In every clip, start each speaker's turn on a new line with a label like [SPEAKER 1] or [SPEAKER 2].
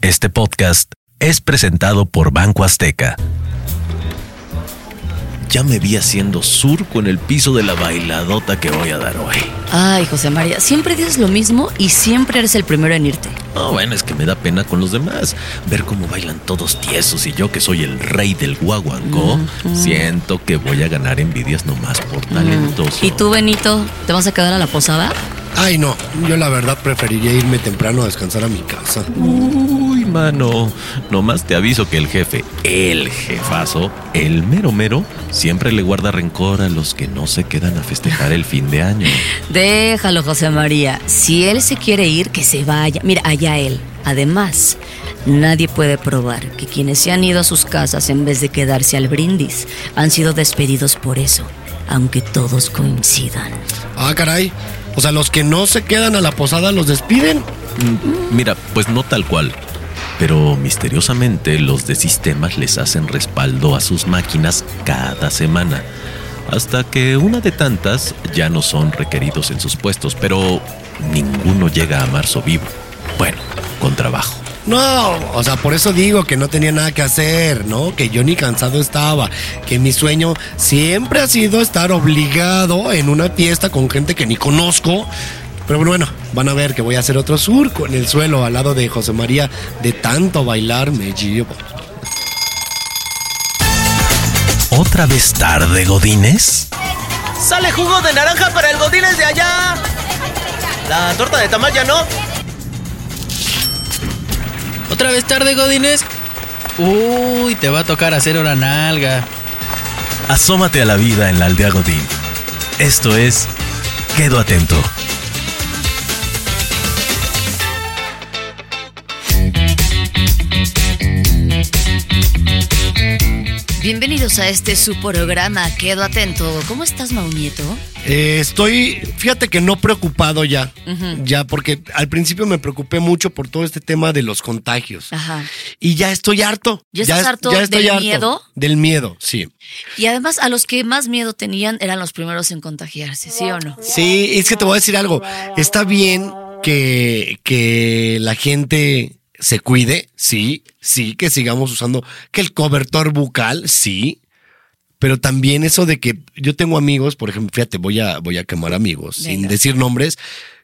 [SPEAKER 1] Este podcast es presentado por Banco Azteca. Ya me vi haciendo surco en el piso de la bailadota que voy a dar hoy.
[SPEAKER 2] Ay, José María, siempre dices lo mismo y siempre eres el primero en irte.
[SPEAKER 1] No, bueno, es que me da pena con los demás. Ver cómo bailan todos tiesos y yo que soy el rey del guaguancó, siento que voy a ganar envidias nomás por talentoso.
[SPEAKER 2] ¿Y tú, Benito, te vas a quedar a la posada?
[SPEAKER 3] Ay, no. Yo la verdad preferiría irme temprano a descansar a mi casa.
[SPEAKER 1] Uy, mano, nomás te aviso que el jefe, el jefazo, el mero mero, siempre le guarda rencor a los que no se quedan a festejar el fin de año.
[SPEAKER 2] Déjalo, José María. Si él se quiere ir, que se vaya. Mira, allá él. Además, nadie puede probar que quienes se han ido a sus casas en vez de quedarse al brindis han sido despedidos por eso, aunque todos coincidan.
[SPEAKER 3] Ah, caray. O sea, los que no se quedan a la posada los despiden.
[SPEAKER 1] Mm, Mira, pues no tal cual. Pero misteriosamente los de sistemas les hacen respaldo a sus máquinas cada semana. Hasta que una de tantas ya no son requeridos en sus puestos, pero ninguno llega a marzo vivo. Bueno, con trabajo.
[SPEAKER 3] No, o sea, por eso digo que no tenía nada que hacer, ¿no? Que yo ni cansado estaba, que mi sueño siempre ha sido estar obligado en una fiesta con gente que ni conozco. Pero bueno, van a ver que voy a hacer otro surco en el suelo al lado de José María. De tanto bailar me llevo.
[SPEAKER 1] ¿Otra vez tarde, Godines?
[SPEAKER 4] Sale jugo de naranja para el Godínez de allá. La torta de tamal ya no.
[SPEAKER 5] ¿Otra vez tarde, Godines? Uy, te va a tocar hacer hora nalga.
[SPEAKER 1] Asómate a la vida en la aldea Godín. Esto es Quedo Atento.
[SPEAKER 2] Bienvenidos a este su programa. Quedo atento. ¿Cómo estás, Maunieto?
[SPEAKER 3] Eh, estoy, fíjate que no preocupado ya, ya porque al principio me preocupé mucho por todo este tema de los contagios.
[SPEAKER 2] Ajá.
[SPEAKER 3] Y ya estoy harto.
[SPEAKER 2] ¿Ya estás
[SPEAKER 3] es-
[SPEAKER 2] harto del miedo?
[SPEAKER 3] Del miedo, sí.
[SPEAKER 2] Y además, a los que más miedo tenían eran los primeros en contagiarse, ¿sí o no?
[SPEAKER 3] Sí, es que te voy a decir algo. Está bien que, que la gente se cuide, sí, sí, que sigamos usando, que el cobertor bucal, sí. Pero también eso de que yo tengo amigos, por ejemplo, fíjate, voy a, voy a quemar amigos, sin
[SPEAKER 2] Venga.
[SPEAKER 3] decir nombres,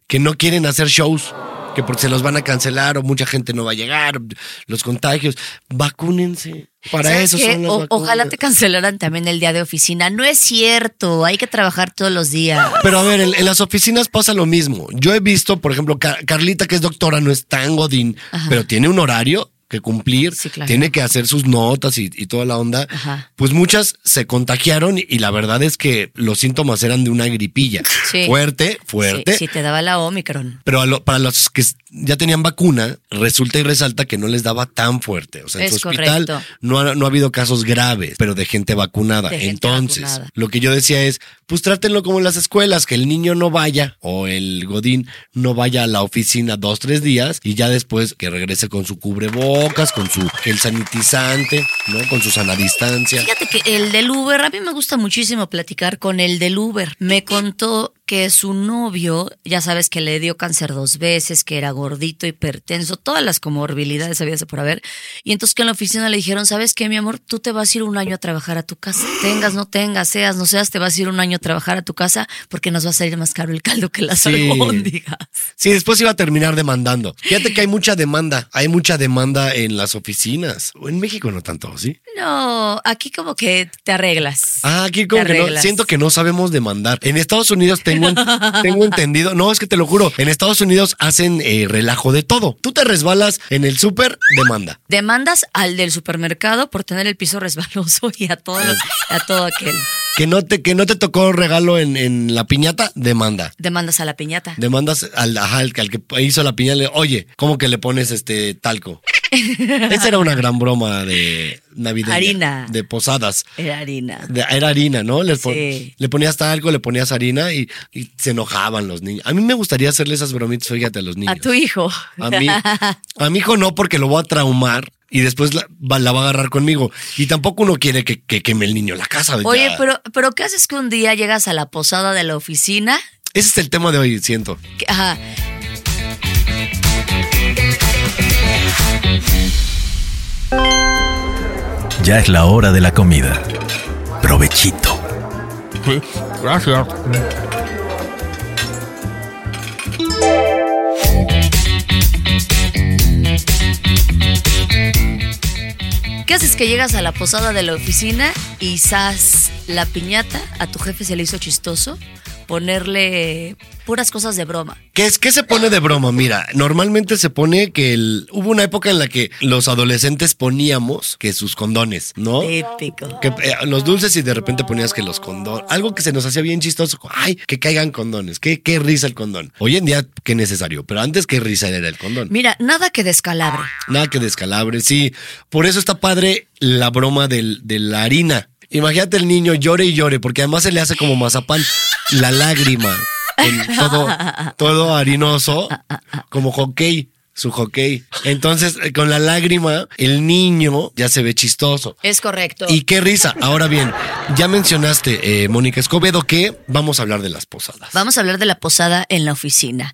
[SPEAKER 3] que no quieren hacer shows, que porque se los van a cancelar o mucha gente no va a llegar, los contagios. Vacúnense. Para
[SPEAKER 2] ¿Sabes
[SPEAKER 3] eso
[SPEAKER 2] qué?
[SPEAKER 3] son las
[SPEAKER 2] O-
[SPEAKER 3] vacunas.
[SPEAKER 2] Ojalá te cancelaran también el día de oficina. No es cierto, hay que trabajar todos los días.
[SPEAKER 3] Pero a ver, en, en las oficinas pasa lo mismo. Yo he visto, por ejemplo, Car- Carlita, que es doctora, no es tan godín,
[SPEAKER 2] Ajá.
[SPEAKER 3] pero tiene un horario que cumplir,
[SPEAKER 2] Sí, claro.
[SPEAKER 3] tiene que hacer sus notas y, y toda la onda.
[SPEAKER 2] Ajá.
[SPEAKER 3] Pues muchas se contagiaron y la verdad es que los síntomas eran de una gripilla.
[SPEAKER 2] Sí.
[SPEAKER 3] Fuerte, fuerte.
[SPEAKER 2] Si, te daba la Omicron.
[SPEAKER 3] Pero a lo- para los que s- ya tenían vacuna, resulta y resalta que no les daba tan fuerte. O sea, en
[SPEAKER 2] Es
[SPEAKER 3] su hospital
[SPEAKER 2] correcto.
[SPEAKER 3] no ha, no ha habido casos graves, pero de gente vacunada.
[SPEAKER 2] De gente
[SPEAKER 3] Entonces,
[SPEAKER 2] vacunada.
[SPEAKER 3] lo que yo decía es, pues trátenlo como en las escuelas, que el niño no vaya o el godín no vaya a la oficina dos, tres días y ya después que regrese con su cubrebocas, con su gel sanitizante, ¿no? Con su sana distancia.
[SPEAKER 2] Fíjate que el del Uber, a mí me gusta muchísimo platicar con el del Uber. Me contó que su novio, ya sabes que le dio cáncer dos veces, que era gordito, hipertenso, todas las comorbilidades había por haber. Y entonces que en la oficina le dijeron, ¿sabes qué, mi amor? Tú te vas a ir un año a trabajar a tu casa. Tengas, no tengas, seas, no seas, te vas a ir un año a trabajar a tu casa porque nos va a salir más caro el caldo que las
[SPEAKER 3] Sí.
[SPEAKER 2] albóndigas.
[SPEAKER 3] Sí, después iba a terminar demandando. Fíjate que hay mucha demanda, hay mucha demanda en las oficinas. En México no tanto, ¿sí?
[SPEAKER 2] No, aquí como que te arreglas.
[SPEAKER 3] Ah, aquí como
[SPEAKER 2] Te
[SPEAKER 3] que no,
[SPEAKER 2] arreglas.
[SPEAKER 3] siento que no sabemos demandar. En Estados Unidos tengo, en- tengo entendido, no, es que te lo juro, en Estados Unidos hacen eh, relajo de todo. Tú te resbalas en el súper, demanda.
[SPEAKER 2] Demandas al del supermercado por tener el piso resbaloso y a todo, a todo aquel.
[SPEAKER 3] Que no te, que no te tocó regalo en, en la piñata, demanda.
[SPEAKER 2] Demandas a la piñata.
[SPEAKER 3] Demandas al, ajá, al, que- al que hizo la piñata, le- oye, ¿cómo que le pones este talco? Esa era una gran broma de navideña.
[SPEAKER 2] Harina.
[SPEAKER 3] De posadas.
[SPEAKER 2] Era harina.
[SPEAKER 3] De- Era harina, ¿no? Le, pon-
[SPEAKER 2] Sí.
[SPEAKER 3] le ponías algo, le ponías harina y, y se enojaban los niños. A mí me gustaría hacerle esas bromitas, fíjate, a los
[SPEAKER 2] A
[SPEAKER 3] niños.
[SPEAKER 2] tu hijo.
[SPEAKER 3] A mí, a mi hijo no, porque lo voy a traumar y después la, va- la va a agarrar conmigo. Y tampoco uno quiere que, que queme el niño la casa. pues, ya.
[SPEAKER 2] Oye, pero, pero ¿qué haces que un día llegas a la posada de la oficina?
[SPEAKER 3] Ese es el tema de hoy, siento.
[SPEAKER 2] Que- ajá,
[SPEAKER 1] Ya es la hora de la comida. Provechito.
[SPEAKER 6] Gracias.
[SPEAKER 2] ¿Qué haces que llegas a la posada de la oficina y zas la piñata? A tu jefe se le hizo chistoso ponerle puras cosas de broma.
[SPEAKER 3] ¿Qué, es, ¿Qué se pone de broma? Mira, normalmente se pone que el- hubo una época en la que los adolescentes poníamos que sus condones, ¿no?
[SPEAKER 2] Típico.
[SPEAKER 3] Que, eh, los dulces y de repente ponías que los condones. Algo que se nos hacía bien chistoso. Ay, que caigan condones. Qué, qué risa el condón. Hoy en día, qué necesario. Pero antes, qué risa era el condón.
[SPEAKER 2] Mira, nada que descalabre.
[SPEAKER 3] Nada que descalabre, sí. Por eso está padre la broma del- de la harina. Imagínate el niño llore y llore, porque además se le hace como mazapán la lágrima. el todo, todo harinoso, como hockey, su hockey. Entonces, eh, con la lágrima, el niño ya se ve chistoso.
[SPEAKER 2] Es correcto.
[SPEAKER 3] Y qué risa. Ahora bien, ya mencionaste, eh, Mónica Escobedo, que vamos a hablar de las posadas.
[SPEAKER 2] Vamos a hablar de la posada en la oficina.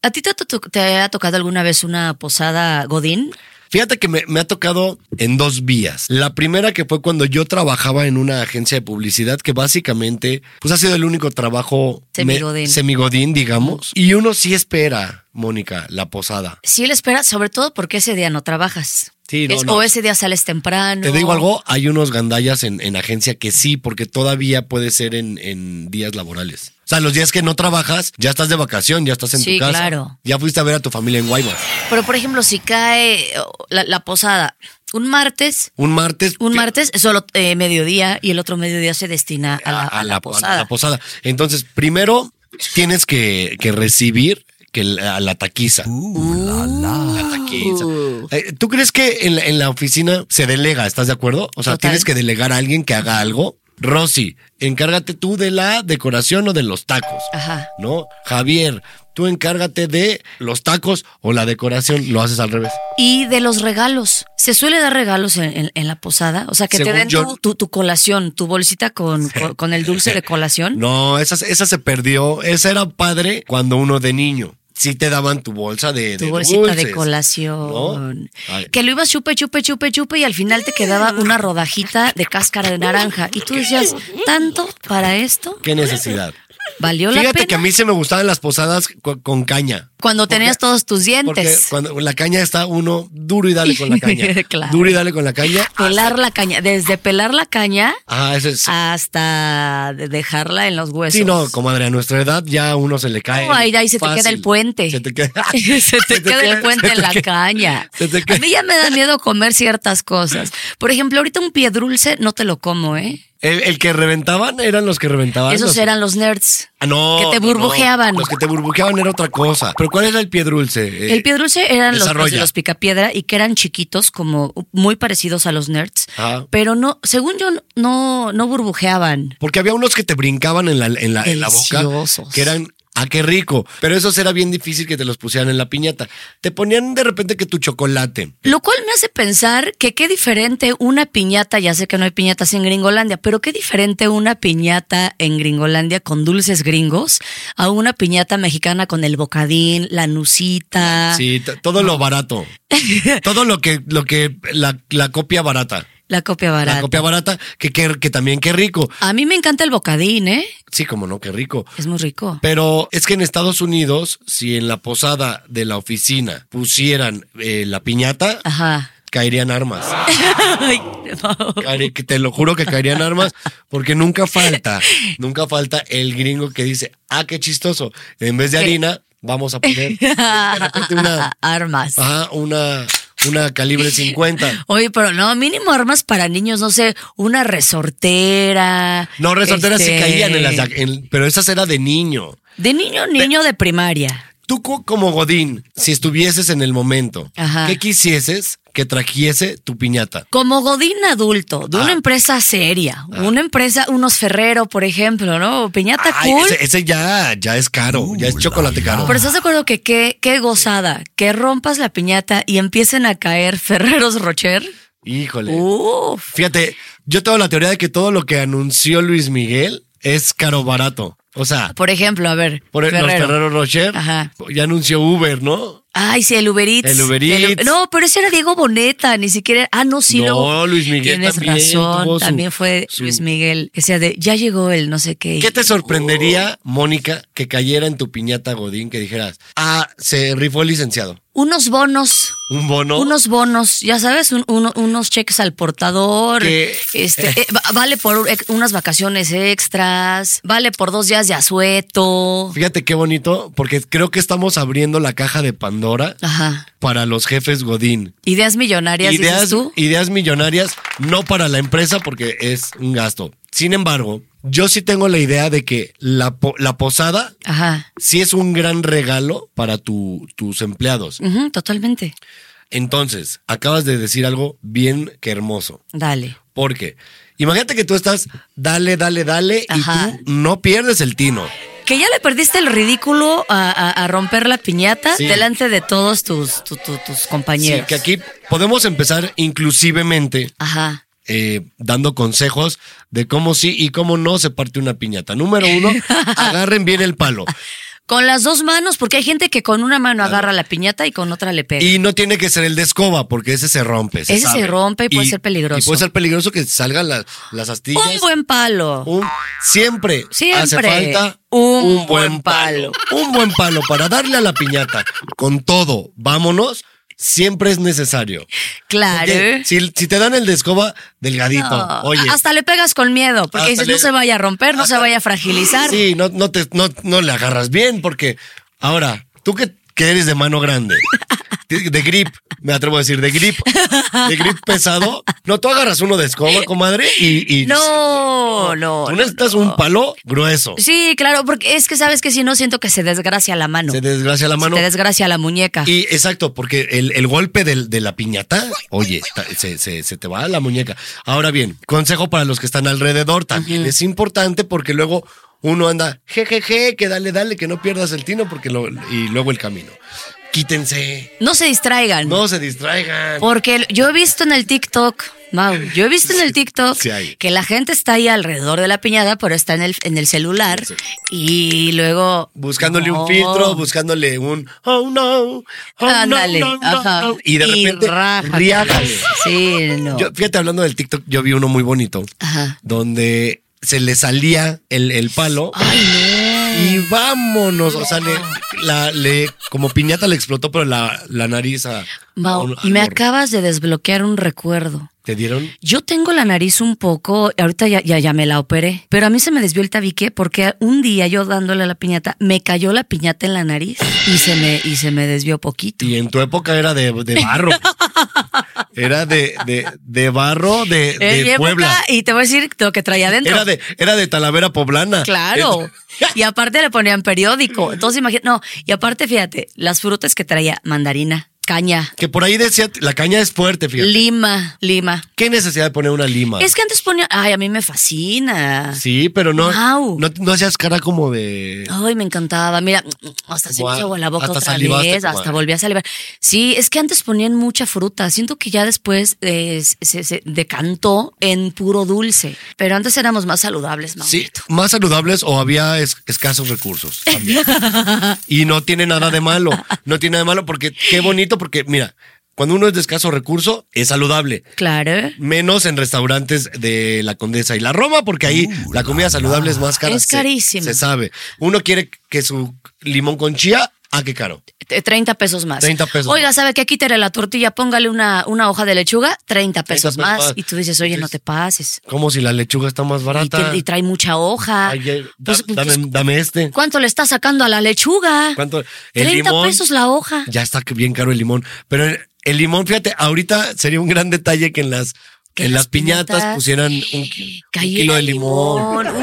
[SPEAKER 2] ¿A ti te, ha to- te ha tocado alguna vez una posada Godín?
[SPEAKER 3] Fíjate que me, me ha tocado en dos vías. La primera que fue cuando yo trabajaba en una agencia de publicidad que básicamente pues ha sido el único trabajo me-
[SPEAKER 2] Semigodín.
[SPEAKER 3] semigodín, digamos. Y uno sí espera, Mónica, la posada.
[SPEAKER 2] Sí, él espera, sobre todo porque ese día no trabajas.
[SPEAKER 3] Sí, no,
[SPEAKER 2] Es-
[SPEAKER 3] no.
[SPEAKER 2] O ese día sales temprano.
[SPEAKER 3] Te digo algo, hay unos gandallas en, en agencia que sí, porque todavía puede ser en, en días laborales. O sea, los días que no trabajas, ya estás de vacación, ya estás en
[SPEAKER 2] Sí,
[SPEAKER 3] tu casa.
[SPEAKER 2] claro.
[SPEAKER 3] Ya fuiste a ver a tu familia en Guaymas.
[SPEAKER 2] Pero, por ejemplo, si cae eh, la, la posada un martes,
[SPEAKER 3] Un martes.
[SPEAKER 2] un
[SPEAKER 3] fí-
[SPEAKER 2] martes solo eh, mediodía y el otro mediodía se destina a la, a la
[SPEAKER 3] a
[SPEAKER 2] posada.
[SPEAKER 3] la posada. Entonces, primero tienes que, que recibir que la, la taquiza. Uh, La taquiza.
[SPEAKER 2] Uh.
[SPEAKER 3] Eh, ¿Tú crees que en la, en la oficina se delega? ¿Estás de acuerdo? O sea,
[SPEAKER 2] Total.
[SPEAKER 3] tienes que delegar a alguien que haga algo. Rosy, encárgate tú de la decoración o de los tacos.
[SPEAKER 2] Ajá.
[SPEAKER 3] ¿No? Javier, tú encárgate de los tacos o la decoración. Lo haces al revés.
[SPEAKER 2] Y de los regalos. ¿Se suele dar regalos en, en- en la posada? O sea, que
[SPEAKER 3] Según
[SPEAKER 2] te den
[SPEAKER 3] yo-
[SPEAKER 2] tu, tu- tu colación, tu bolsita con, con, con el dulce de colación.
[SPEAKER 3] No, esa, esa se perdió. Esa era padre cuando uno de niño. Sí te daban tu bolsa de,
[SPEAKER 2] Tu
[SPEAKER 3] de
[SPEAKER 2] bolsita de
[SPEAKER 3] dulces,
[SPEAKER 2] colación.
[SPEAKER 3] ¿no? Ay,
[SPEAKER 2] Que lo ibas chupe, chupe, chupe, chupe y al final te quedaba una rodajita de cáscara de naranja. Y tú decías, ¿tanto para esto?
[SPEAKER 3] qué necesidad.
[SPEAKER 2] ¿Valió la
[SPEAKER 3] Fíjate
[SPEAKER 2] pena?
[SPEAKER 3] que a mí se me gustaban las posadas co- con, caña.
[SPEAKER 2] Cuando tenías todos tus
[SPEAKER 3] Porque
[SPEAKER 2] dientes.
[SPEAKER 3] cuando la caña está uno duro y dale con la caña.
[SPEAKER 2] Claro.
[SPEAKER 3] Duro y dale con la caña.
[SPEAKER 2] Pelar la caña. Desde pelar la caña
[SPEAKER 3] Ah, eso es.
[SPEAKER 2] hasta de- dejarla en los huesos.
[SPEAKER 3] Sí, no, comadre, a nuestra edad ya a uno se le cae.
[SPEAKER 2] No, ahí- ahí se te queda el puente.
[SPEAKER 3] Se te queda,
[SPEAKER 2] se te queda el puente
[SPEAKER 3] se
[SPEAKER 2] en
[SPEAKER 3] te
[SPEAKER 2] la
[SPEAKER 3] queda-
[SPEAKER 2] caña.
[SPEAKER 3] se te
[SPEAKER 2] A
[SPEAKER 3] queda-
[SPEAKER 2] mí ya me da miedo comer ciertas cosas. Por ejemplo, ahorita un pie dulce no te lo como, ¿eh?
[SPEAKER 3] El, el que reventaban eran los que reventaban.
[SPEAKER 2] Esos
[SPEAKER 3] los-
[SPEAKER 2] eran los nerds.
[SPEAKER 3] Ah, no.
[SPEAKER 2] que te
[SPEAKER 3] no, no.
[SPEAKER 2] burbujeaban.
[SPEAKER 3] Los que te burbujeaban era otra cosa. Pero ¿cuál era el pie dulce? Eh,
[SPEAKER 2] El pie dulce eran los, los
[SPEAKER 3] desarrolla.
[SPEAKER 2] de los picapiedra y que eran chiquitos, como muy parecidos a los nerds.
[SPEAKER 3] Ajá.
[SPEAKER 2] Pero no, según yo, no, no burbujeaban.
[SPEAKER 3] Porque había unos que te brincaban en la, en la, en la boca.
[SPEAKER 2] Deliciosos.
[SPEAKER 3] Que eran, ah, qué rico. Pero esos era bien difícil que te los pusieran en la piñata. Te ponían de repente que tu chocolate.
[SPEAKER 2] Lo cual me hace pensar que qué diferente una piñata, ya sé que no hay piñatas en Gringolandia, pero qué diferente una piñata en Gringolandia con dulces gringos a una piñata mexicana con el bocadín, la nucita,
[SPEAKER 3] Sí, t- todo lo barato. todo lo que, lo que, la, la copia barata.
[SPEAKER 2] la copia barata.
[SPEAKER 3] La copia barata, que, que, que también qué rico.
[SPEAKER 2] A mí me encanta el bocadín, ¿eh?
[SPEAKER 3] Sí, como no, qué rico.
[SPEAKER 2] Es muy rico.
[SPEAKER 3] Pero es que en Estados Unidos, si en la posada de la oficina pusieran eh, la piñata,
[SPEAKER 2] Ajá.
[SPEAKER 3] caerían armas.
[SPEAKER 2] Ay, no.
[SPEAKER 3] Caer- que te lo juro que caerían armas, porque nunca falta, nunca falta el gringo que dice, ah, qué chistoso, en vez de harina, vamos a poner de repente una, Ah,
[SPEAKER 2] Armas.
[SPEAKER 3] ajá, una, una calibre 50.
[SPEAKER 2] Oye, pero no, mínimo armas para niños, no sé, una resortera.
[SPEAKER 3] No, resorteras
[SPEAKER 2] este,
[SPEAKER 3] se caían en las, en- pero esas era de niño.
[SPEAKER 2] De niño, niño de primaria.
[SPEAKER 3] Tú co- como Godín, si estuvieses en el momento,
[SPEAKER 2] Ajá.
[SPEAKER 3] ¿qué quisieses que trajese tu piñata?
[SPEAKER 2] Como Godín adulto, de una
[SPEAKER 3] Ah.
[SPEAKER 2] empresa seria, una empresa, unos Ferrero, por ejemplo, ¿no? Piñata
[SPEAKER 3] Ay,
[SPEAKER 2] cool.
[SPEAKER 3] ese, ese ya, ya es caro, ya es chocolate caro.
[SPEAKER 2] Pero ¿estás de acuerdo que qué, qué gozada? Que rompas la piñata y empiecen a caer Ferreros Rocher.
[SPEAKER 3] Híjole.
[SPEAKER 2] Uf.
[SPEAKER 3] Fíjate, yo tengo la teoría de que todo lo que anunció Luis Miguel es caro barato. O sea,
[SPEAKER 2] Por ejemplo, a ver,
[SPEAKER 3] por el, los
[SPEAKER 2] Ferrero.
[SPEAKER 3] Ferrero Rocher
[SPEAKER 2] Ajá.
[SPEAKER 3] ya anunció Uber, ¿no?
[SPEAKER 2] Ay, sí, el Uber Eats.
[SPEAKER 3] El Uber Eats.
[SPEAKER 2] no, pero ese era Diego Boneta, ni siquiera. Ah, no, sí,
[SPEAKER 3] No,
[SPEAKER 2] luego-
[SPEAKER 3] Luis Miguel
[SPEAKER 2] Tienes
[SPEAKER 3] también tuvo
[SPEAKER 2] razón,
[SPEAKER 3] su-
[SPEAKER 2] también fue
[SPEAKER 3] su-
[SPEAKER 2] Luis Miguel. Que sea de, ya llegó el no sé qué.
[SPEAKER 3] ¿Qué te sorprendería, Mónica, que cayera en tu piñata Godín que dijeras, ah, se rifó el licenciado?
[SPEAKER 2] Unos bonos.
[SPEAKER 3] Un bono.
[SPEAKER 2] Unos bonos, ya sabes, un- uno- unos cheques al portador,
[SPEAKER 3] Que-
[SPEAKER 2] este, eh, va- vale por un- unas vacaciones extras, vale por dos días de asueto.
[SPEAKER 3] Fíjate qué bonito, porque creo que estamos abriendo la caja de Pandora
[SPEAKER 2] Ajá.
[SPEAKER 3] para los jefes Godín.
[SPEAKER 2] Ideas millonarias, dices
[SPEAKER 3] Ideas,
[SPEAKER 2] tú.
[SPEAKER 3] ideas millonarias, no para la empresa porque es un gasto. Sin embargo, yo sí tengo la idea de que la, po- la posada
[SPEAKER 2] Ajá.
[SPEAKER 3] sí es un gran regalo para tu- tus empleados.
[SPEAKER 2] Ujú, totalmente.
[SPEAKER 3] Entonces, acabas de decir algo bien que hermoso.
[SPEAKER 2] Dale.
[SPEAKER 3] Porque imagínate que tú estás, dale, dale, dale,
[SPEAKER 2] Ajá.
[SPEAKER 3] y tú no pierdes el tino.
[SPEAKER 2] Que ya le perdiste el ridículo a, a- a romper la piñata
[SPEAKER 3] Sí.
[SPEAKER 2] delante de todos tus, tu- tu- tus
[SPEAKER 3] Sí,
[SPEAKER 2] compañeros.
[SPEAKER 3] que aquí podemos empezar inclusivemente
[SPEAKER 2] Ajá.
[SPEAKER 3] eh, dando consejos de cómo sí y cómo no se parte una piñata. Número uno, agarren bien el palo.
[SPEAKER 2] Con las dos manos, porque hay gente que con una mano agarra la piñata y con otra le pega.
[SPEAKER 3] Y no tiene que ser el de escoba, porque ese se rompe.
[SPEAKER 2] Ese se rompe y puede ser peligroso.
[SPEAKER 3] Y puede ser peligroso que salgan las, las astillas.
[SPEAKER 2] Un buen palo.
[SPEAKER 3] Un- siempre,
[SPEAKER 2] Siempre.
[SPEAKER 3] hace falta
[SPEAKER 2] Un buen palo.
[SPEAKER 3] Un buen palo para darle a la piñata. Con todo, vámonos. Siempre es necesario.
[SPEAKER 2] claro.
[SPEAKER 3] Oye, Si, si te dan el de escoba, delgadito.
[SPEAKER 2] No,
[SPEAKER 3] Oye.
[SPEAKER 2] Hasta le pegas con miedo, porque
[SPEAKER 3] Hasta
[SPEAKER 2] dices,
[SPEAKER 3] le-
[SPEAKER 2] no se vaya a romper, no se
[SPEAKER 3] hasta-
[SPEAKER 2] vaya a fragilizar.
[SPEAKER 3] Sí, no, no, te, no, no le agarras bien, porque ahora, tú que, que eres de mano grande, de de grip, me atrevo a decir, de grip, de grip pesado, no, tú agarras uno de escoba, comadre, y. y
[SPEAKER 2] No, no.
[SPEAKER 3] Tú
[SPEAKER 2] no,
[SPEAKER 3] necesitas
[SPEAKER 2] no.
[SPEAKER 3] un palo grueso.
[SPEAKER 2] Sí, claro, porque es que sabes que si no siento que se desgracia la mano.
[SPEAKER 3] Se desgracia la mano.
[SPEAKER 2] Se te desgracia la muñeca.
[SPEAKER 3] Y exacto, porque el, el golpe del- de la piñata, oye, ta- se, se- se te va la muñeca. Ahora bien, consejo para los que están alrededor también es importante porque luego uno anda, jejeje, que dale, dale, que no pierdas el tino porque lo- y luego el camino. Quítense,
[SPEAKER 2] no se distraigan.
[SPEAKER 3] no se distraigan.
[SPEAKER 2] Porque el- yo he visto en el TikTok, Mau, yo he visto en el TikTok
[SPEAKER 3] sí hay.
[SPEAKER 2] que la gente está ahí alrededor de la piñada, pero está en el, en el celular y luego...
[SPEAKER 3] Buscándole
[SPEAKER 2] No.
[SPEAKER 3] un filtro, buscándole un oh no, oh no,
[SPEAKER 2] Ándale,
[SPEAKER 3] no, no,
[SPEAKER 2] ajá.
[SPEAKER 3] no", y de repente
[SPEAKER 2] rájate.
[SPEAKER 3] riájale.
[SPEAKER 2] Sí, no.
[SPEAKER 3] Yo, fíjate, hablando del TikTok, yo vi uno muy bonito.
[SPEAKER 2] Ajá.
[SPEAKER 3] Donde se le salía el, el palo.
[SPEAKER 2] Ah. Eh.
[SPEAKER 3] Y vámonos. O sea, le, la- le- como piñata le explotó, pero la, la nariz a. a
[SPEAKER 2] Mau,
[SPEAKER 3] un-
[SPEAKER 2] me
[SPEAKER 3] amor,
[SPEAKER 2] acabas de desbloquear un recuerdo.
[SPEAKER 3] ¿Te dieron?
[SPEAKER 2] Yo tengo la nariz un poco, ahorita ya, ya, ya me la operé, pero a mí se me desvió el tabique porque un día yo dándole a la piñata, me cayó la piñata en la nariz y se me, y se me desvió poquito.
[SPEAKER 3] Y en tu época era de, de barro. Era de, de, de barro de,
[SPEAKER 2] En mi
[SPEAKER 3] de
[SPEAKER 2] época,
[SPEAKER 3] Puebla.
[SPEAKER 2] y te voy a decir lo que traía adentro.
[SPEAKER 3] Era de, era de Talavera Poblana.
[SPEAKER 2] Claro. Y aparte le ponían periódico. Entonces imagínate, no, y aparte fíjate, las frutas que traía, mandarina, caña,
[SPEAKER 3] Que por ahí decía, la caña es fuerte, fíjate.
[SPEAKER 2] lima, lima.
[SPEAKER 3] ¿Qué necesidad de poner una lima?
[SPEAKER 2] Es que antes ponía, ay, a mí me fascina.
[SPEAKER 3] Sí, pero no,
[SPEAKER 2] Guau.
[SPEAKER 3] no, no hacías cara como de.
[SPEAKER 2] Ay, me encantaba. Mira, hasta se me
[SPEAKER 3] Guau.
[SPEAKER 2] hizo agua en la boca
[SPEAKER 3] Hasta
[SPEAKER 2] otra
[SPEAKER 3] salivaste,
[SPEAKER 2] vez,
[SPEAKER 3] comadre.
[SPEAKER 2] hasta volví a salivar. Sí, es que antes ponían mucha fruta. Siento que ya después eh, se, se decantó en puro dulce. Pero antes éramos más saludables, Mau.
[SPEAKER 3] Sí, más saludables o había es- escasos recursos. también. y no tiene nada de malo. No tiene nada de malo porque qué bonito, porque mira, cuando uno es de escaso recurso, es saludable.
[SPEAKER 2] Claro.
[SPEAKER 3] Menos en restaurantes de la Condesa y la Roma, porque ahí Uh, la comida saludable es más cara.
[SPEAKER 2] Es
[SPEAKER 3] se-
[SPEAKER 2] carísima.
[SPEAKER 3] Se, sabe. Uno quiere que su limón con chía, ah, qué caro.
[SPEAKER 2] T- 30 pesos más.
[SPEAKER 3] 30 pesos
[SPEAKER 2] Oiga,
[SPEAKER 3] más.
[SPEAKER 2] ¿sabe qué? Quítale la tortilla, póngale una, una hoja de lechuga, 30 pesos
[SPEAKER 3] pesos
[SPEAKER 2] más.
[SPEAKER 3] más.
[SPEAKER 2] Y tú dices, oye, no te pases.
[SPEAKER 3] Como si la lechuga está más
[SPEAKER 2] Y,
[SPEAKER 3] barata.
[SPEAKER 2] te- y trae mucha hoja.
[SPEAKER 3] Ay, eh, da-
[SPEAKER 2] Pues, pues,
[SPEAKER 3] dame, dame este.
[SPEAKER 2] ¿Cuánto le estás sacando a la lechuga?
[SPEAKER 3] ¿Cuánto? El
[SPEAKER 2] 30
[SPEAKER 3] limón.
[SPEAKER 2] pesos la hoja.
[SPEAKER 3] Ya está que bien caro el limón. Pero el, el limón, fíjate, ahorita sería un gran detalle que en las,
[SPEAKER 2] Que
[SPEAKER 3] en
[SPEAKER 2] las
[SPEAKER 3] las piñatas,
[SPEAKER 2] piñatas
[SPEAKER 3] pusieran un, ki- un
[SPEAKER 2] Cayera
[SPEAKER 3] kilo de limón. Ah,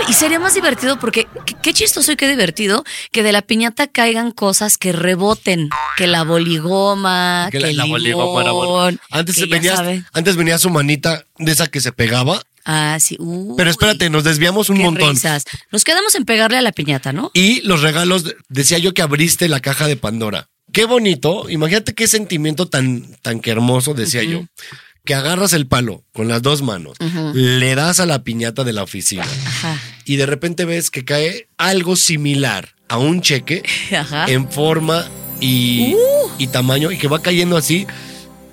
[SPEAKER 2] Uh, y sería más divertido porque qué, qué chistoso y qué divertido que de la piñata caigan cosas que reboten, que la boligoma, que,
[SPEAKER 3] Que la-
[SPEAKER 2] el
[SPEAKER 3] la
[SPEAKER 2] Ah, limón,
[SPEAKER 3] boligoma era buena. Antes,
[SPEAKER 2] que ya
[SPEAKER 3] venías,
[SPEAKER 2] sabe.
[SPEAKER 3] antes venía su manita de esa que se pegaba.
[SPEAKER 2] Ah, sí. uy,
[SPEAKER 3] Pero espérate, nos desviamos un
[SPEAKER 2] qué
[SPEAKER 3] montón.
[SPEAKER 2] risas. Nos quedamos en pegarle a la piñata, ¿no?
[SPEAKER 3] Y los regalos, de- decía yo que abriste la caja de Pandora. Qué bonito, imagínate qué sentimiento tan, tan que hermoso, decía yo. Que agarras el palo con las dos manos, le das a la piñata de la oficina.
[SPEAKER 2] Ajá.
[SPEAKER 3] y de repente ves que cae algo similar a un cheque
[SPEAKER 2] Ajá.
[SPEAKER 3] en forma y,
[SPEAKER 2] Uh.
[SPEAKER 3] y tamaño y que va cayendo así.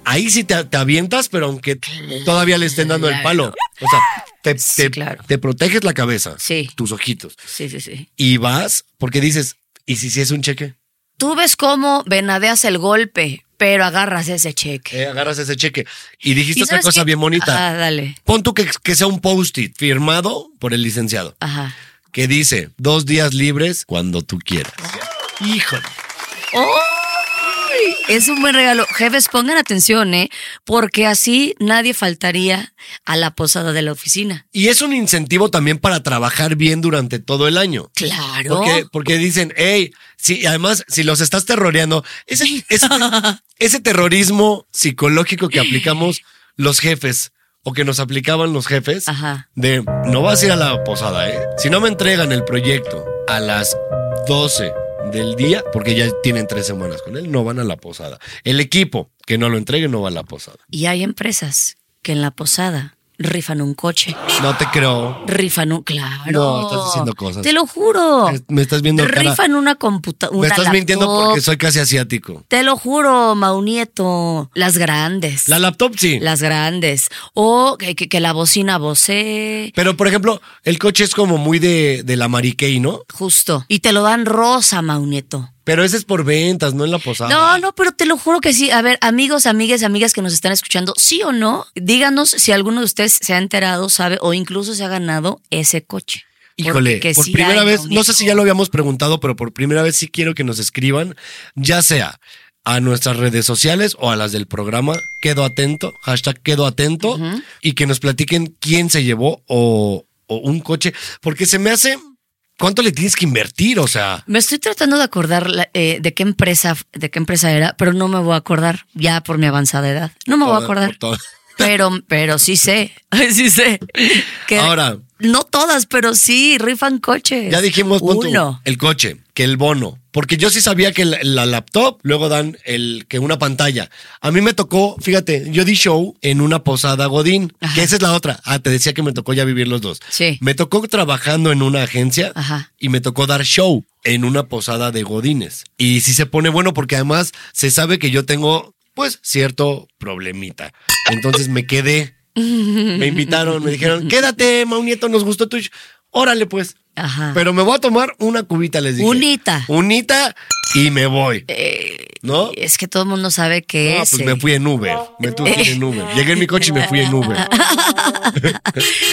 [SPEAKER 3] Ahí sí te, te avientas, pero aunque todavía le estén dando el palo. O sea, te, te,
[SPEAKER 2] Sí, claro.
[SPEAKER 3] te proteges la cabeza,
[SPEAKER 2] Sí.
[SPEAKER 3] tus ojitos.
[SPEAKER 2] Sí, sí, sí.
[SPEAKER 3] Y vas porque dices, ¿y si sí es un cheque?
[SPEAKER 2] Tú ves cómo venadeas el golpe, pero agarras ese cheque.
[SPEAKER 3] Eh, agarras ese cheque. Y dijiste
[SPEAKER 2] ¿Y
[SPEAKER 3] otra
[SPEAKER 2] sabes
[SPEAKER 3] cosa
[SPEAKER 2] qué?
[SPEAKER 3] bien bonita.
[SPEAKER 2] Ah, dale.
[SPEAKER 3] Pon tú que, que sea un post-it firmado por el licenciado,
[SPEAKER 2] Ajá.
[SPEAKER 3] que dice dos días libres cuando tú quieras. Híjole.
[SPEAKER 2] ¡Ay! Es un buen regalo. Jefes, pongan atención, ¿eh? Porque así nadie faltaría a la posada de la oficina.
[SPEAKER 3] Y es un incentivo también para trabajar bien durante todo el año.
[SPEAKER 2] Claro.
[SPEAKER 3] Porque, porque dicen, hey, sí, además, si los estás terroreando, ese, ese- ese terrorismo psicológico que aplicamos los jefes o que nos aplicaban los jefes,
[SPEAKER 2] Ajá.
[SPEAKER 3] de no vas a ir a la posada, ¿eh? Si no me entregan el proyecto a las 12 del día, porque ya tienen tres semanas con él, no van a la posada. El equipo que no lo entregue no va a la posada.
[SPEAKER 2] Y hay empresas que en la posada rifan un coche.
[SPEAKER 3] No te creo.
[SPEAKER 2] Rifan un. Claro.
[SPEAKER 3] No, estás diciendo cosas.
[SPEAKER 2] Te lo juro.
[SPEAKER 3] Es- Me estás viendo cara.
[SPEAKER 2] Rifan una computadora.
[SPEAKER 3] Me estás mintiendo porque soy casi asiático.
[SPEAKER 2] Te lo juro, Maunieto. Las grandes.
[SPEAKER 3] La laptop sí.
[SPEAKER 2] las grandes. O que, que- que la bocina vocee.
[SPEAKER 3] Pero, por ejemplo, el coche es como muy de, de la Mariquey, ¿no?
[SPEAKER 2] Justo. Y te lo dan rosa, Maunieto.
[SPEAKER 3] Pero ese es por ventas, no en la posada.
[SPEAKER 2] No, no, pero te lo juro que sí. A ver, amigos, amigas, amigas que nos están escuchando, sí o no, díganos si alguno de ustedes se ha enterado, sabe o incluso se ha ganado ese coche.
[SPEAKER 3] Híjole,
[SPEAKER 2] Porque
[SPEAKER 3] por
[SPEAKER 2] sí
[SPEAKER 3] primera
[SPEAKER 2] hay,
[SPEAKER 3] vez, no
[SPEAKER 2] Mauricio.
[SPEAKER 3] sé si ya lo habíamos preguntado, pero por primera vez sí quiero que nos escriban, ya sea a nuestras redes sociales o a las del programa, quedo atento, hashtag quedo atento, y que nos platiquen quién se llevó o, o un coche, porque se me hace, ¿cuánto le tienes que invertir? O sea,
[SPEAKER 2] Me estoy tratando de acordar la- eh, de qué empresa, de qué empresa era, pero no me voy a acordar ya por mi avanzada edad. No me voy a
[SPEAKER 3] Toda-
[SPEAKER 2] acordar.
[SPEAKER 3] por toda-
[SPEAKER 2] Pero, pero sí sé, sí sé. que-
[SPEAKER 3] Ahora.
[SPEAKER 2] No todas, pero sí, rifan coches.
[SPEAKER 3] ya dijimos, pon tú,
[SPEAKER 2] Uno.
[SPEAKER 3] el coche, que el bono, porque yo sí sabía que la, la laptop, luego dan el que una pantalla. A mí me tocó, fíjate, yo di show en una posada Godín,
[SPEAKER 2] Ajá.
[SPEAKER 3] que esa es la otra. Ah, te decía que me tocó ya vivir los dos.
[SPEAKER 2] Sí.
[SPEAKER 3] Me tocó trabajando en una agencia
[SPEAKER 2] Ajá.
[SPEAKER 3] y me tocó dar show en una posada de Godines. Y sí se pone bueno porque además se sabe que yo tengo, pues, cierto problemita. Entonces me quedé. Me invitaron, me dijeron, quédate, Maunieto, nos gustó tu... sh-". Órale, pues.
[SPEAKER 2] Ajá.
[SPEAKER 3] Pero me voy a tomar una cubita, les dije.
[SPEAKER 2] Unita.
[SPEAKER 3] Unita y me voy. ¿No?
[SPEAKER 2] es que todo el mundo sabe que
[SPEAKER 3] Ah,
[SPEAKER 2] es. eh.
[SPEAKER 3] pues me fui en Uber. Me tuve que ir en Uber. Llegué en mi coche y me fui en Uber.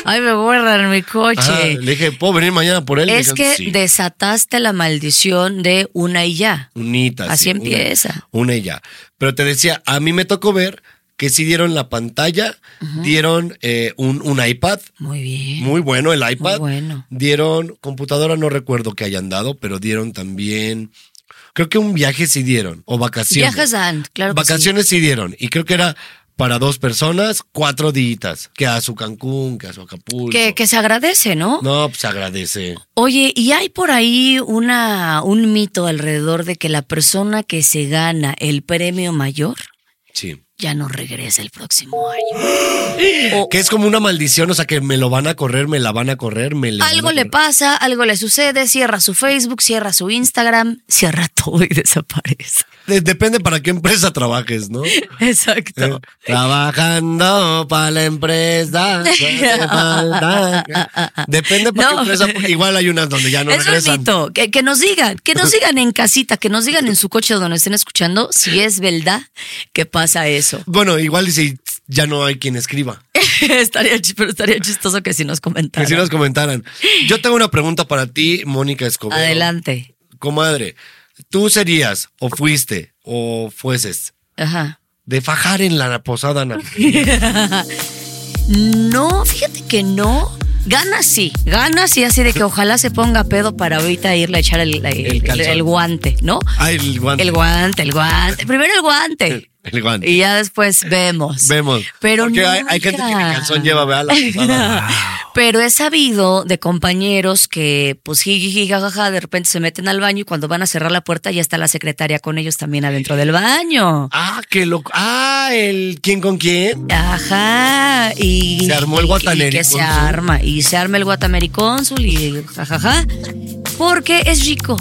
[SPEAKER 2] Ay, me borran mi coche.
[SPEAKER 3] Ajá, le dije, ¿puedo venir mañana por él? Me
[SPEAKER 2] es
[SPEAKER 3] dijeron,
[SPEAKER 2] que
[SPEAKER 3] "Sí".
[SPEAKER 2] desataste la maldición de una y ya.
[SPEAKER 3] Unita.
[SPEAKER 2] Así
[SPEAKER 3] sí, una-
[SPEAKER 2] empieza.
[SPEAKER 3] Una, y ya. Pero te decía, a mí me tocó ver que sí dieron la pantalla, dieron eh, un, un iPad.
[SPEAKER 2] Muy bien.
[SPEAKER 3] Muy bueno el iPad.
[SPEAKER 2] Muy bueno.
[SPEAKER 3] Dieron computadora, no recuerdo que hayan dado, pero dieron también. Creo que un viaje sí dieron, o vacaciones.
[SPEAKER 2] Viajes dan, claro que sí.
[SPEAKER 3] Vacaciones sí. dieron, y creo que era para dos personas, cuatro días. Que a su Cancún, que a su Acapulco.
[SPEAKER 2] Que, que se agradece, ¿no?
[SPEAKER 3] No, pues agradece.
[SPEAKER 2] Oye, y hay por ahí una, un mito alrededor de que la persona que se gana el premio mayor
[SPEAKER 3] Sí.
[SPEAKER 2] ya no regresa el próximo año. O
[SPEAKER 3] Que es como una maldición, o sea, que me lo van a correr, me la van a correr, me la van a
[SPEAKER 2] algo le
[SPEAKER 3] correr.
[SPEAKER 2] pasa, algo le sucede, cierra su Facebook, cierra su Instagram, cierra todo y desaparece.
[SPEAKER 3] De- Depende para qué empresa trabajes, ¿no? Eh,
[SPEAKER 2] Exacto.
[SPEAKER 3] Trabajando para la empresa. no hace falta. Depende para qué
[SPEAKER 2] No.
[SPEAKER 3] empresa. porque Igual hay unas donde ya no
[SPEAKER 2] es un
[SPEAKER 3] regresan.
[SPEAKER 2] mito. Que, que nos digan, que nos digan en casita, que nos digan en su coche donde estén escuchando si es verdad que pasa eso.
[SPEAKER 3] Bueno, igual y si ya no hay quien escriba.
[SPEAKER 2] estaría, ch- pero estaría chistoso que si nos
[SPEAKER 3] Que
[SPEAKER 2] comentaran.
[SPEAKER 3] si nos comentaran. Yo tengo una pregunta para ti, Mónica Escobedo.
[SPEAKER 2] Adelante.
[SPEAKER 3] Comadre, ¿tú serías o fuiste o fueses
[SPEAKER 2] Ajá.
[SPEAKER 3] de fajar en la posada navideña?
[SPEAKER 2] No, fíjate que no. Gana sí, gana sí, así de que ojalá se ponga pedo para ahorita irle a echar el, el-
[SPEAKER 3] El calzón.
[SPEAKER 2] el guante, ¿no?
[SPEAKER 3] Ah, el guante.
[SPEAKER 2] El guante, el guante. Primero el guante.
[SPEAKER 3] El guante.
[SPEAKER 2] Y ya después vemos.
[SPEAKER 3] Vemos.
[SPEAKER 2] Pero
[SPEAKER 3] Porque
[SPEAKER 2] no.
[SPEAKER 3] hay, hay gente que ni calzón lleva, vea la posada.
[SPEAKER 2] Pero he sabido de compañeros que, pues, jiji, jajaja, de repente se meten al baño y cuando van a cerrar la puerta ya está la secretaria con ellos también adentro del baño.
[SPEAKER 3] Ah, qué loco. Ah, el quién con quién.
[SPEAKER 2] Ajá, y.
[SPEAKER 3] Se armó el
[SPEAKER 2] y-
[SPEAKER 3] Guatameri
[SPEAKER 2] y que se
[SPEAKER 3] cónsul.
[SPEAKER 2] arma, y se arma el guataméricónsul y jajaja. Porque es rico.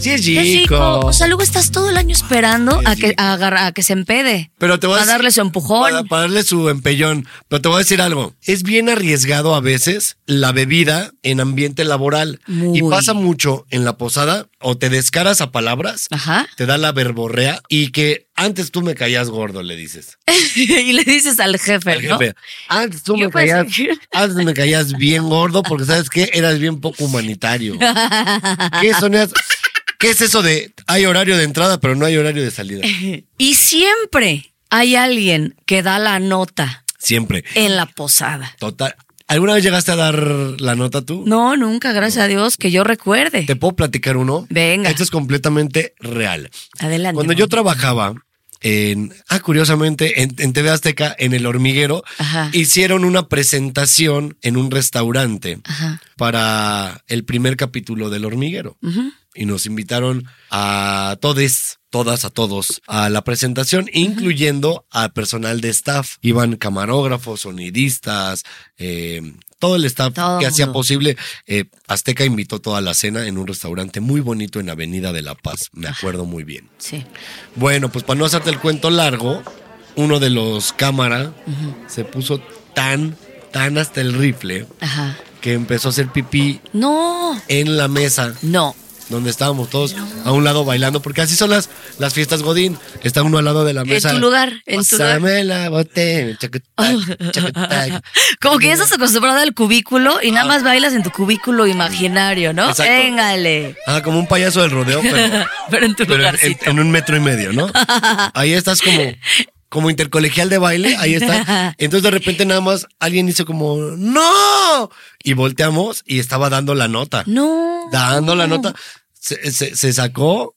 [SPEAKER 3] Sí, es
[SPEAKER 2] Es rico.
[SPEAKER 3] chico.
[SPEAKER 2] O sea, luego estás todo el año esperando a que, a agarra- a que se empede.
[SPEAKER 3] Pero te voy a
[SPEAKER 2] a
[SPEAKER 3] decir-
[SPEAKER 2] darle su empujón.
[SPEAKER 3] Para, para darle su empellón. Pero te voy a decir algo. Es bien arriesgado a veces la bebida en ambiente laboral.
[SPEAKER 2] Muy.
[SPEAKER 3] Y pasa mucho en la posada o te descaras a palabras.
[SPEAKER 2] Ajá.
[SPEAKER 3] Te da la verborrea y que antes tú me caías gordo, le dices.
[SPEAKER 2] y le dices al jefe,
[SPEAKER 3] Al
[SPEAKER 2] ¿no?
[SPEAKER 3] jefe, Antes tú
[SPEAKER 2] Yo
[SPEAKER 3] me
[SPEAKER 2] pensé
[SPEAKER 3] caías,
[SPEAKER 2] que-
[SPEAKER 3] antes me caías bien gordo porque sabes que eras bien poco humanitario. ¿Qué son esas- ¿Qué es eso de hay horario de entrada pero no hay horario de salida?
[SPEAKER 2] Eh. Y siempre hay alguien que da la nota
[SPEAKER 3] Siempre.
[SPEAKER 2] en la posada.
[SPEAKER 3] Total. ¿Alguna vez llegaste a dar la nota tú?
[SPEAKER 2] No, nunca, gracias a Dios, que yo recuerde.
[SPEAKER 3] ¿Te puedo platicar uno?
[SPEAKER 2] Venga.
[SPEAKER 3] Esto es completamente real.
[SPEAKER 2] Adelante.
[SPEAKER 3] Cuando yo trabajaba en, ah, curiosamente, en, en TV Azteca, en El Hormiguero,
[SPEAKER 2] Ajá.
[SPEAKER 3] hicieron una presentación en un restaurante
[SPEAKER 2] Ajá.
[SPEAKER 3] para el primer capítulo del Hormiguero.
[SPEAKER 2] Ujú.
[SPEAKER 3] Y nos invitaron a todes, todas, a todos, a la presentación, incluyendo a personal de staff. Iban camarógrafos, sonidistas, eh, todo el staff
[SPEAKER 2] Todo
[SPEAKER 3] que hacía
[SPEAKER 2] mundo.
[SPEAKER 3] posible. Eh, Azteca invitó toda la cena en un restaurante muy bonito en Avenida de La Paz. Me acuerdo muy bien.
[SPEAKER 2] Sí.
[SPEAKER 3] Bueno, pues para no hacerte el cuento largo, uno de los cámara se puso tan, tan hasta el rifle
[SPEAKER 2] Ajá.
[SPEAKER 3] que empezó a hacer pipí
[SPEAKER 2] No.
[SPEAKER 3] en la mesa
[SPEAKER 2] No.
[SPEAKER 3] donde estábamos todos a un lado bailando, porque así son las, las fiestas Godín. Está uno al lado de la
[SPEAKER 2] En
[SPEAKER 3] mesa.
[SPEAKER 2] tu lugar, en tu lugar.
[SPEAKER 3] Pásame la botella, chacutac, chacutac.
[SPEAKER 2] Como que ya estás acostumbrado al cubículo y nada más bailas en tu cubículo imaginario, ¿no?
[SPEAKER 3] Ah. Exacto.
[SPEAKER 2] Véngale.
[SPEAKER 3] Ah, como un payaso del rodeo, pero,
[SPEAKER 2] Pero en tu
[SPEAKER 3] pero en, en-
[SPEAKER 2] lugarcito.
[SPEAKER 3] en un metro y medio, ¿no? Ahí estás como, como intercolegial de baile, ahí está. Entonces de repente nada más alguien hizo como, ¡No! Y volteamos y estaba dando la nota.
[SPEAKER 2] No.
[SPEAKER 3] Dando la nota. Se, se- se sacó,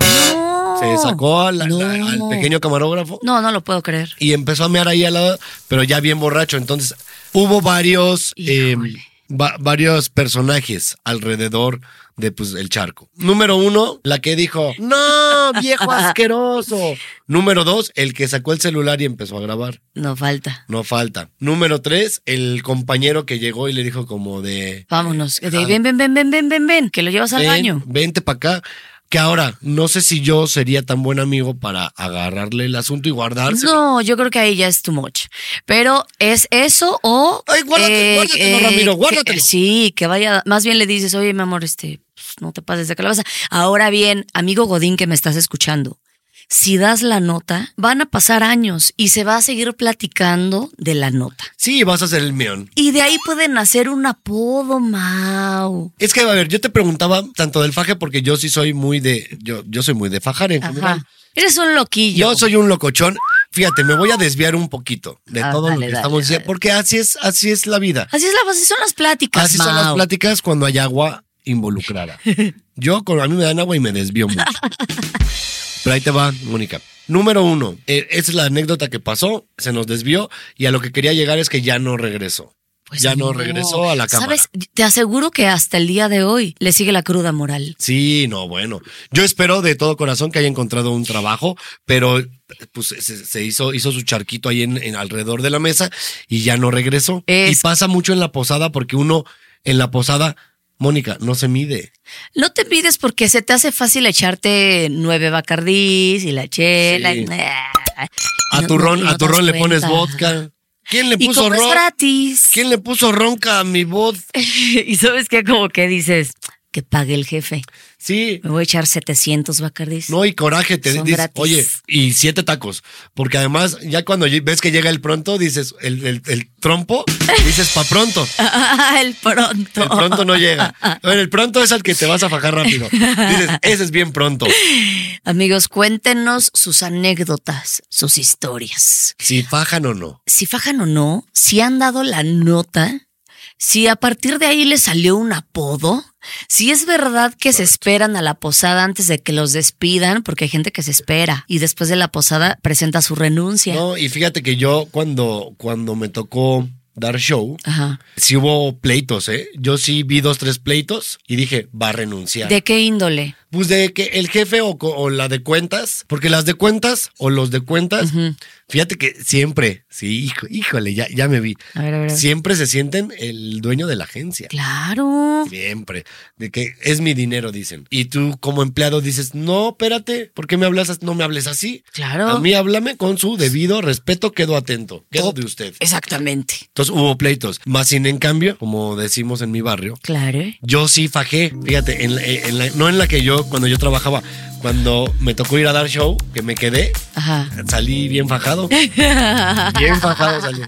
[SPEAKER 2] No.
[SPEAKER 3] se sacó a la-
[SPEAKER 2] No.
[SPEAKER 3] la- al pequeño camarógrafo.
[SPEAKER 2] No, no lo puedo creer.
[SPEAKER 3] y empezó a mear ahí al lado, pero ya bien borracho. Entonces hubo varios, eh,
[SPEAKER 2] Híjole.
[SPEAKER 3] va- varios personajes alrededor de pues, el charco. Número uno, la que dijo, no, viejo asqueroso. Número dos, el que sacó el celular y empezó a grabar.
[SPEAKER 2] No falta.
[SPEAKER 3] No falta. Número tres, el compañero que llegó y le dijo como de...
[SPEAKER 2] Vámonos. De- Ven, ven, ven, ven, ven, ven, ven, que lo llevas al
[SPEAKER 3] "Ven,
[SPEAKER 2] baño.
[SPEAKER 3] Vente para acá. Que ahora, no sé si yo sería tan buen amigo para agarrarle el asunto y guardarse.
[SPEAKER 2] No, yo creo que ahí ya es too much. Pero es eso o. eh,
[SPEAKER 3] Ay, guárdate, guárdatelo, Ramiro,
[SPEAKER 2] que-
[SPEAKER 3] guárdatelo.
[SPEAKER 2] sí, que vaya. Más bien le dices, oye, mi amor, este, pues, no te pases de calabaza. Ahora bien, amigo Godín que me estás escuchando, si das la nota, van a pasar años y se va a seguir platicando de la nota.
[SPEAKER 3] Sí, vas a ser el meón.
[SPEAKER 2] Y de ahí pueden hacer un apodo, Mau.
[SPEAKER 3] Es que, a ver, yo te preguntaba tanto del faje porque yo sí soy muy de. Yo, yo soy muy de fajar en general.
[SPEAKER 2] Ajá. Eres un loquillo.
[SPEAKER 3] Ah, Yo soy un locochón. Fíjate, me voy a desviar un poquito de
[SPEAKER 2] Ah,
[SPEAKER 3] todo lo
[SPEAKER 2] dale,
[SPEAKER 3] que
[SPEAKER 2] dale,
[SPEAKER 3] estamos diciendo,
[SPEAKER 2] dale.
[SPEAKER 3] porque así es, así es la vida.
[SPEAKER 2] Así es la así son las pláticas,
[SPEAKER 3] Así son las
[SPEAKER 2] Mau.
[SPEAKER 3] pláticas cuando hay agua involucrada. Yo, con, a mí me dan agua y me desvío mucho. Pero ahí te va, Mónica. Número uno, eh, esa es la anécdota que pasó, se nos desvió y a lo que quería llegar es que ya no regresó.
[SPEAKER 2] Pues
[SPEAKER 3] ya no. regresó a la cámara.
[SPEAKER 2] Sabes, te aseguro que hasta el día de hoy le sigue la cruda moral.
[SPEAKER 3] Sí, no, bueno. Yo espero de todo corazón que haya encontrado un trabajo, pero pues se, se hizo, hizo su charquito ahí en, en alrededor de la mesa y ya no regresó.
[SPEAKER 2] Es-
[SPEAKER 3] Y pasa mucho en la posada porque uno en la posada, Mónica, no se mide.
[SPEAKER 2] No te pides porque se te hace fácil echarte nueve bacardís y la chela.
[SPEAKER 3] Sí.
[SPEAKER 2] y-
[SPEAKER 3] A
[SPEAKER 2] No-
[SPEAKER 3] turrón,
[SPEAKER 2] no- no
[SPEAKER 3] a turrón
[SPEAKER 2] das
[SPEAKER 3] le pones
[SPEAKER 2] cuenta.
[SPEAKER 3] vodka. ¿Quién le
[SPEAKER 2] Y
[SPEAKER 3] puso
[SPEAKER 2] como es
[SPEAKER 3] ronca?
[SPEAKER 2] gratis.
[SPEAKER 3] ¿Quién le puso ronca a mi vodka?
[SPEAKER 2] y sabes que como que dices, que pague el jefe.
[SPEAKER 3] Sí.
[SPEAKER 2] Me voy a echar 700 bacardís.
[SPEAKER 3] No, y coraje, te
[SPEAKER 2] Son
[SPEAKER 3] dices,
[SPEAKER 2] gratis.
[SPEAKER 3] oye, y siete tacos. Porque además, ya cuando ll- ves que llega el pronto, dices, el, el- el trompo, dices, pa' pronto.
[SPEAKER 2] Ah, el pronto.
[SPEAKER 3] El pronto no llega. Bueno, el pronto es al que te vas a fajar rápido. Dices, ese es bien pronto.
[SPEAKER 2] Amigos, cuéntenos sus anécdotas, sus historias.
[SPEAKER 3] Si fajan o no.
[SPEAKER 2] si fajan o no, si han dado la nota, si a partir de ahí le salió un apodo, si es verdad que se esperan a la posada antes de que los despidan, porque hay gente que se espera y después de la posada presenta su renuncia.
[SPEAKER 3] No, y fíjate que yo cuando, cuando me tocó dar show,
[SPEAKER 2] Ajá.
[SPEAKER 3] sí hubo pleitos, ¿eh? Yo sí vi dos, tres pleitos y dije, va a renunciar.
[SPEAKER 2] ¿De qué índole?
[SPEAKER 3] Pues de que el jefe o, co- o la de cuentas, porque las de cuentas o los de cuentas, fíjate que siempre, sí, hijo- híjole, ya, ya me vi,
[SPEAKER 2] A ver, a ver, a ver.
[SPEAKER 3] siempre se sienten el dueño de la agencia.
[SPEAKER 2] Claro.
[SPEAKER 3] Siempre, de que es mi dinero, dicen. Y tú como empleado dices, no, espérate, ¿por qué me hablas? as- No me hables así.
[SPEAKER 2] Claro.
[SPEAKER 3] A mí háblame con su debido respeto, quedo atento, quedo de usted.
[SPEAKER 2] Exactamente.
[SPEAKER 3] Entonces hubo pleitos. Más sin en cambio, como decimos en mi barrio,
[SPEAKER 2] Claro. ¿eh?
[SPEAKER 3] yo sí fajé, fíjate, en la- en la- no en la que yo, cuando yo trabajaba, cuando me tocó ir a dar show, que me quedé,
[SPEAKER 2] Ajá.
[SPEAKER 3] salí bien fajado. Bien fajado salí.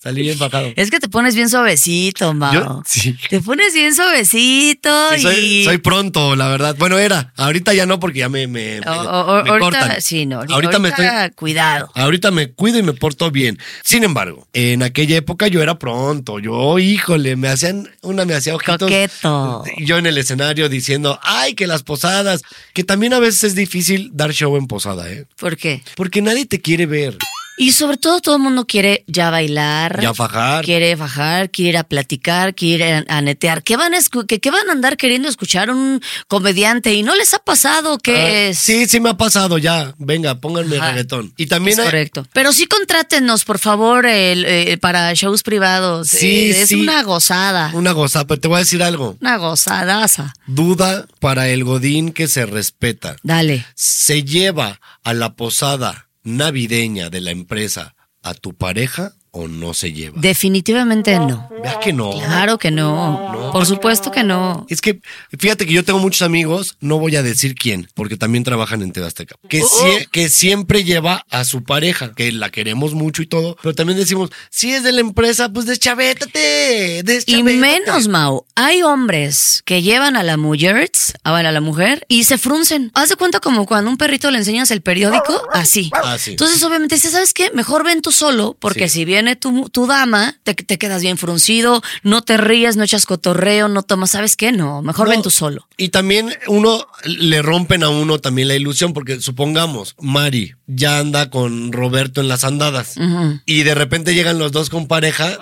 [SPEAKER 3] Salí bien fajado.
[SPEAKER 2] Es que te pones bien suavecito, Mao.
[SPEAKER 3] Yo, sí.
[SPEAKER 2] Te pones bien suavecito
[SPEAKER 3] Sí, Soy,
[SPEAKER 2] y.
[SPEAKER 3] soy pronto, la verdad. Bueno, era. Ahorita ya no, porque ya me, me, me-
[SPEAKER 2] O- o-
[SPEAKER 3] me
[SPEAKER 2] ahorita,
[SPEAKER 3] cortan.
[SPEAKER 2] sí, no, ahorita,
[SPEAKER 3] ahorita, me estoy.
[SPEAKER 2] cuidado.
[SPEAKER 3] Ahorita me cuido y me porto bien. Sin embargo, en aquella época yo era pronto. Yo, híjole, me hacían una, me hacía ojitos.
[SPEAKER 2] Coqueto.
[SPEAKER 3] Y Yo en el escenario diciendo, ay, que las posadas. Que también a veces es difícil dar show en posada, ¿eh?
[SPEAKER 2] ¿Por qué?
[SPEAKER 3] Porque nadie te quiere ver.
[SPEAKER 2] Y sobre todo todo el mundo quiere ya bailar.
[SPEAKER 3] Ya fajar.
[SPEAKER 2] Quiere bajar, quiere ir a platicar, quiere ir a- a netear. ¿Qué van a, escu- que, que van a andar queriendo escuchar un comediante? ¿Y no les ha pasado que
[SPEAKER 3] Ah,
[SPEAKER 2] es?
[SPEAKER 3] Sí, sí me ha pasado ya. Venga, pónganme
[SPEAKER 2] Ajá.
[SPEAKER 3] reggaetón. Y también
[SPEAKER 2] es
[SPEAKER 3] hay-
[SPEAKER 2] correcto. Pero sí contrátenos, por favor, el, eh, para shows privados.
[SPEAKER 3] Sí,
[SPEAKER 2] Eh, es
[SPEAKER 3] sí.
[SPEAKER 2] una gozada.
[SPEAKER 3] una gozada, pero te voy a decir algo.
[SPEAKER 2] Una gozadaza.
[SPEAKER 3] Duda para el godín que se respeta.
[SPEAKER 2] Dale.
[SPEAKER 3] se lleva a la posada navideña de la empresa a tu pareja o no se lleva?
[SPEAKER 2] Definitivamente no.
[SPEAKER 3] Vea que no.
[SPEAKER 2] Claro que no. Por supuesto que no.
[SPEAKER 3] Es que fíjate que yo tengo muchos amigos, no voy a decir quién, porque también trabajan en Tebasteca,
[SPEAKER 2] Oh,
[SPEAKER 3] que, sie- que siempre lleva a su pareja, que la queremos mucho y todo, pero también decimos, si es de la empresa, pues deschavétate,
[SPEAKER 2] Y
[SPEAKER 3] deschavétate.
[SPEAKER 2] menos, Mau, hay hombres que llevan a la mujer, a bueno, a la mujer, y se fruncen. Haz de cuenta como cuando un perrito le enseñas el periódico, así.
[SPEAKER 3] Así.
[SPEAKER 2] Entonces, obviamente, dices, ¿sabes qué? Mejor ven tú solo, porque si viene tu, tu dama, te, te quedas bien fruncido, no te ríes, no echas cotorreo, no tomas, ¿sabes qué? No, mejor
[SPEAKER 3] No,
[SPEAKER 2] ven tú solo.
[SPEAKER 3] Y también uno le rompen a uno también la ilusión, porque supongamos, Mari ya anda con Roberto en las andadas
[SPEAKER 2] Mm.
[SPEAKER 3] y de repente llegan los dos con pareja.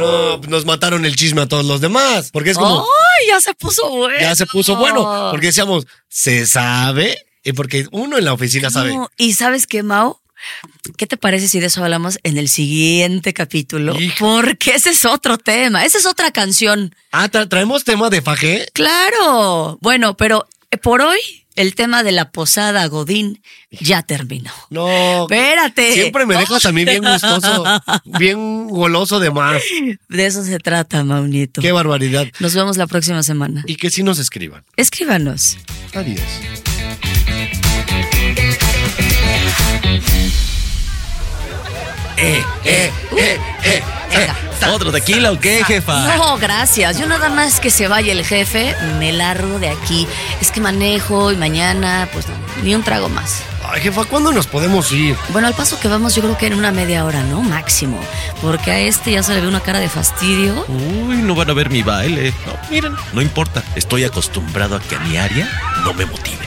[SPEAKER 3] No, nos mataron el chisme a todos los demás. Porque es como,
[SPEAKER 2] ¡Ay, ya se puso bueno!
[SPEAKER 3] ya se puso bueno. Porque decíamos, se sabe. Y porque uno en la oficina sabe.
[SPEAKER 2] No, y sabes qué, Mao? ¿Qué te parece si de eso hablamos en el siguiente capítulo?
[SPEAKER 3] Hija.
[SPEAKER 2] Porque ese es otro tema, esa es otra canción.
[SPEAKER 3] Ah, tra- traemos tema de faje.
[SPEAKER 2] Claro. Bueno, pero eh, por hoy el tema de la posada Godín ya terminó.
[SPEAKER 3] No.
[SPEAKER 2] Espérate.
[SPEAKER 3] Siempre me dejas a mí bien gustoso, bien goloso de más.
[SPEAKER 2] De eso se trata, Maunito.
[SPEAKER 3] Qué barbaridad.
[SPEAKER 2] Nos vemos la próxima semana.
[SPEAKER 3] Y que sí nos escriban.
[SPEAKER 2] Escríbanos.
[SPEAKER 3] Adiós.
[SPEAKER 1] ¿Otro tequila o qué, jefa?
[SPEAKER 2] No, gracias. Yo nada más que se vaya el jefe, me largo de aquí. Es que manejo y mañana, pues no, ni un trago más.
[SPEAKER 3] Ay, jefa, ¿cuándo nos podemos ir?
[SPEAKER 2] Bueno, al paso que vamos, yo creo que en una media hora, ¿no? Máximo. Porque a este ya se le ve una cara de fastidio.
[SPEAKER 1] Uy, no van a ver mi baile. No, miren, no importa. Estoy acostumbrado a que mi área no me motive.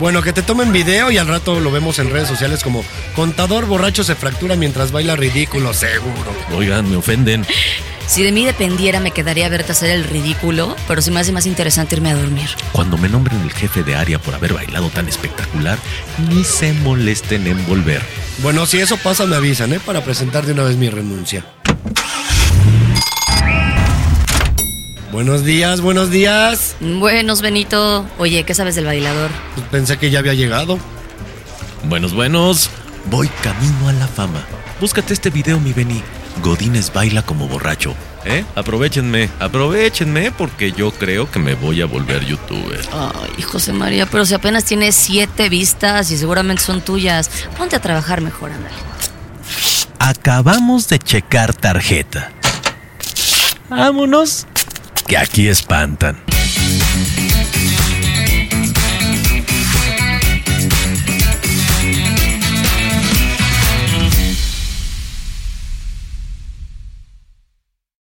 [SPEAKER 3] Bueno, que te tomen video y al rato lo vemos en redes sociales como contador borracho se fractura mientras baila ridículo, seguro.
[SPEAKER 1] Oigan, me ofenden.
[SPEAKER 2] Si de mí dependiera, me quedaría a verte hacer el ridículo, pero se me hace más interesante irme a dormir.
[SPEAKER 1] Cuando me nombren el jefe de área por haber bailado tan espectacular, ni se molesten en volver.
[SPEAKER 3] Bueno, si eso pasa me avisan, ¿eh? Para presentar de una vez mi renuncia. Buenos días, buenos días.
[SPEAKER 2] Buenos, Benito. Oye, ¿qué sabes del bailador?
[SPEAKER 3] Pues pensé que ya había llegado.
[SPEAKER 1] Buenos, buenos. Voy camino a la fama. Búscate este video, mi Beni. Godínez baila como borracho. ¿Eh? Aprovechenme, aprovechenme porque yo creo que me voy a volver youtuber.
[SPEAKER 2] Ay, José María, pero si apenas tienes siete vistas y seguramente son tuyas, ponte a trabajar mejor, ándale.
[SPEAKER 1] Acabamos de checar tarjeta. Vámonos. Que aquí espantan.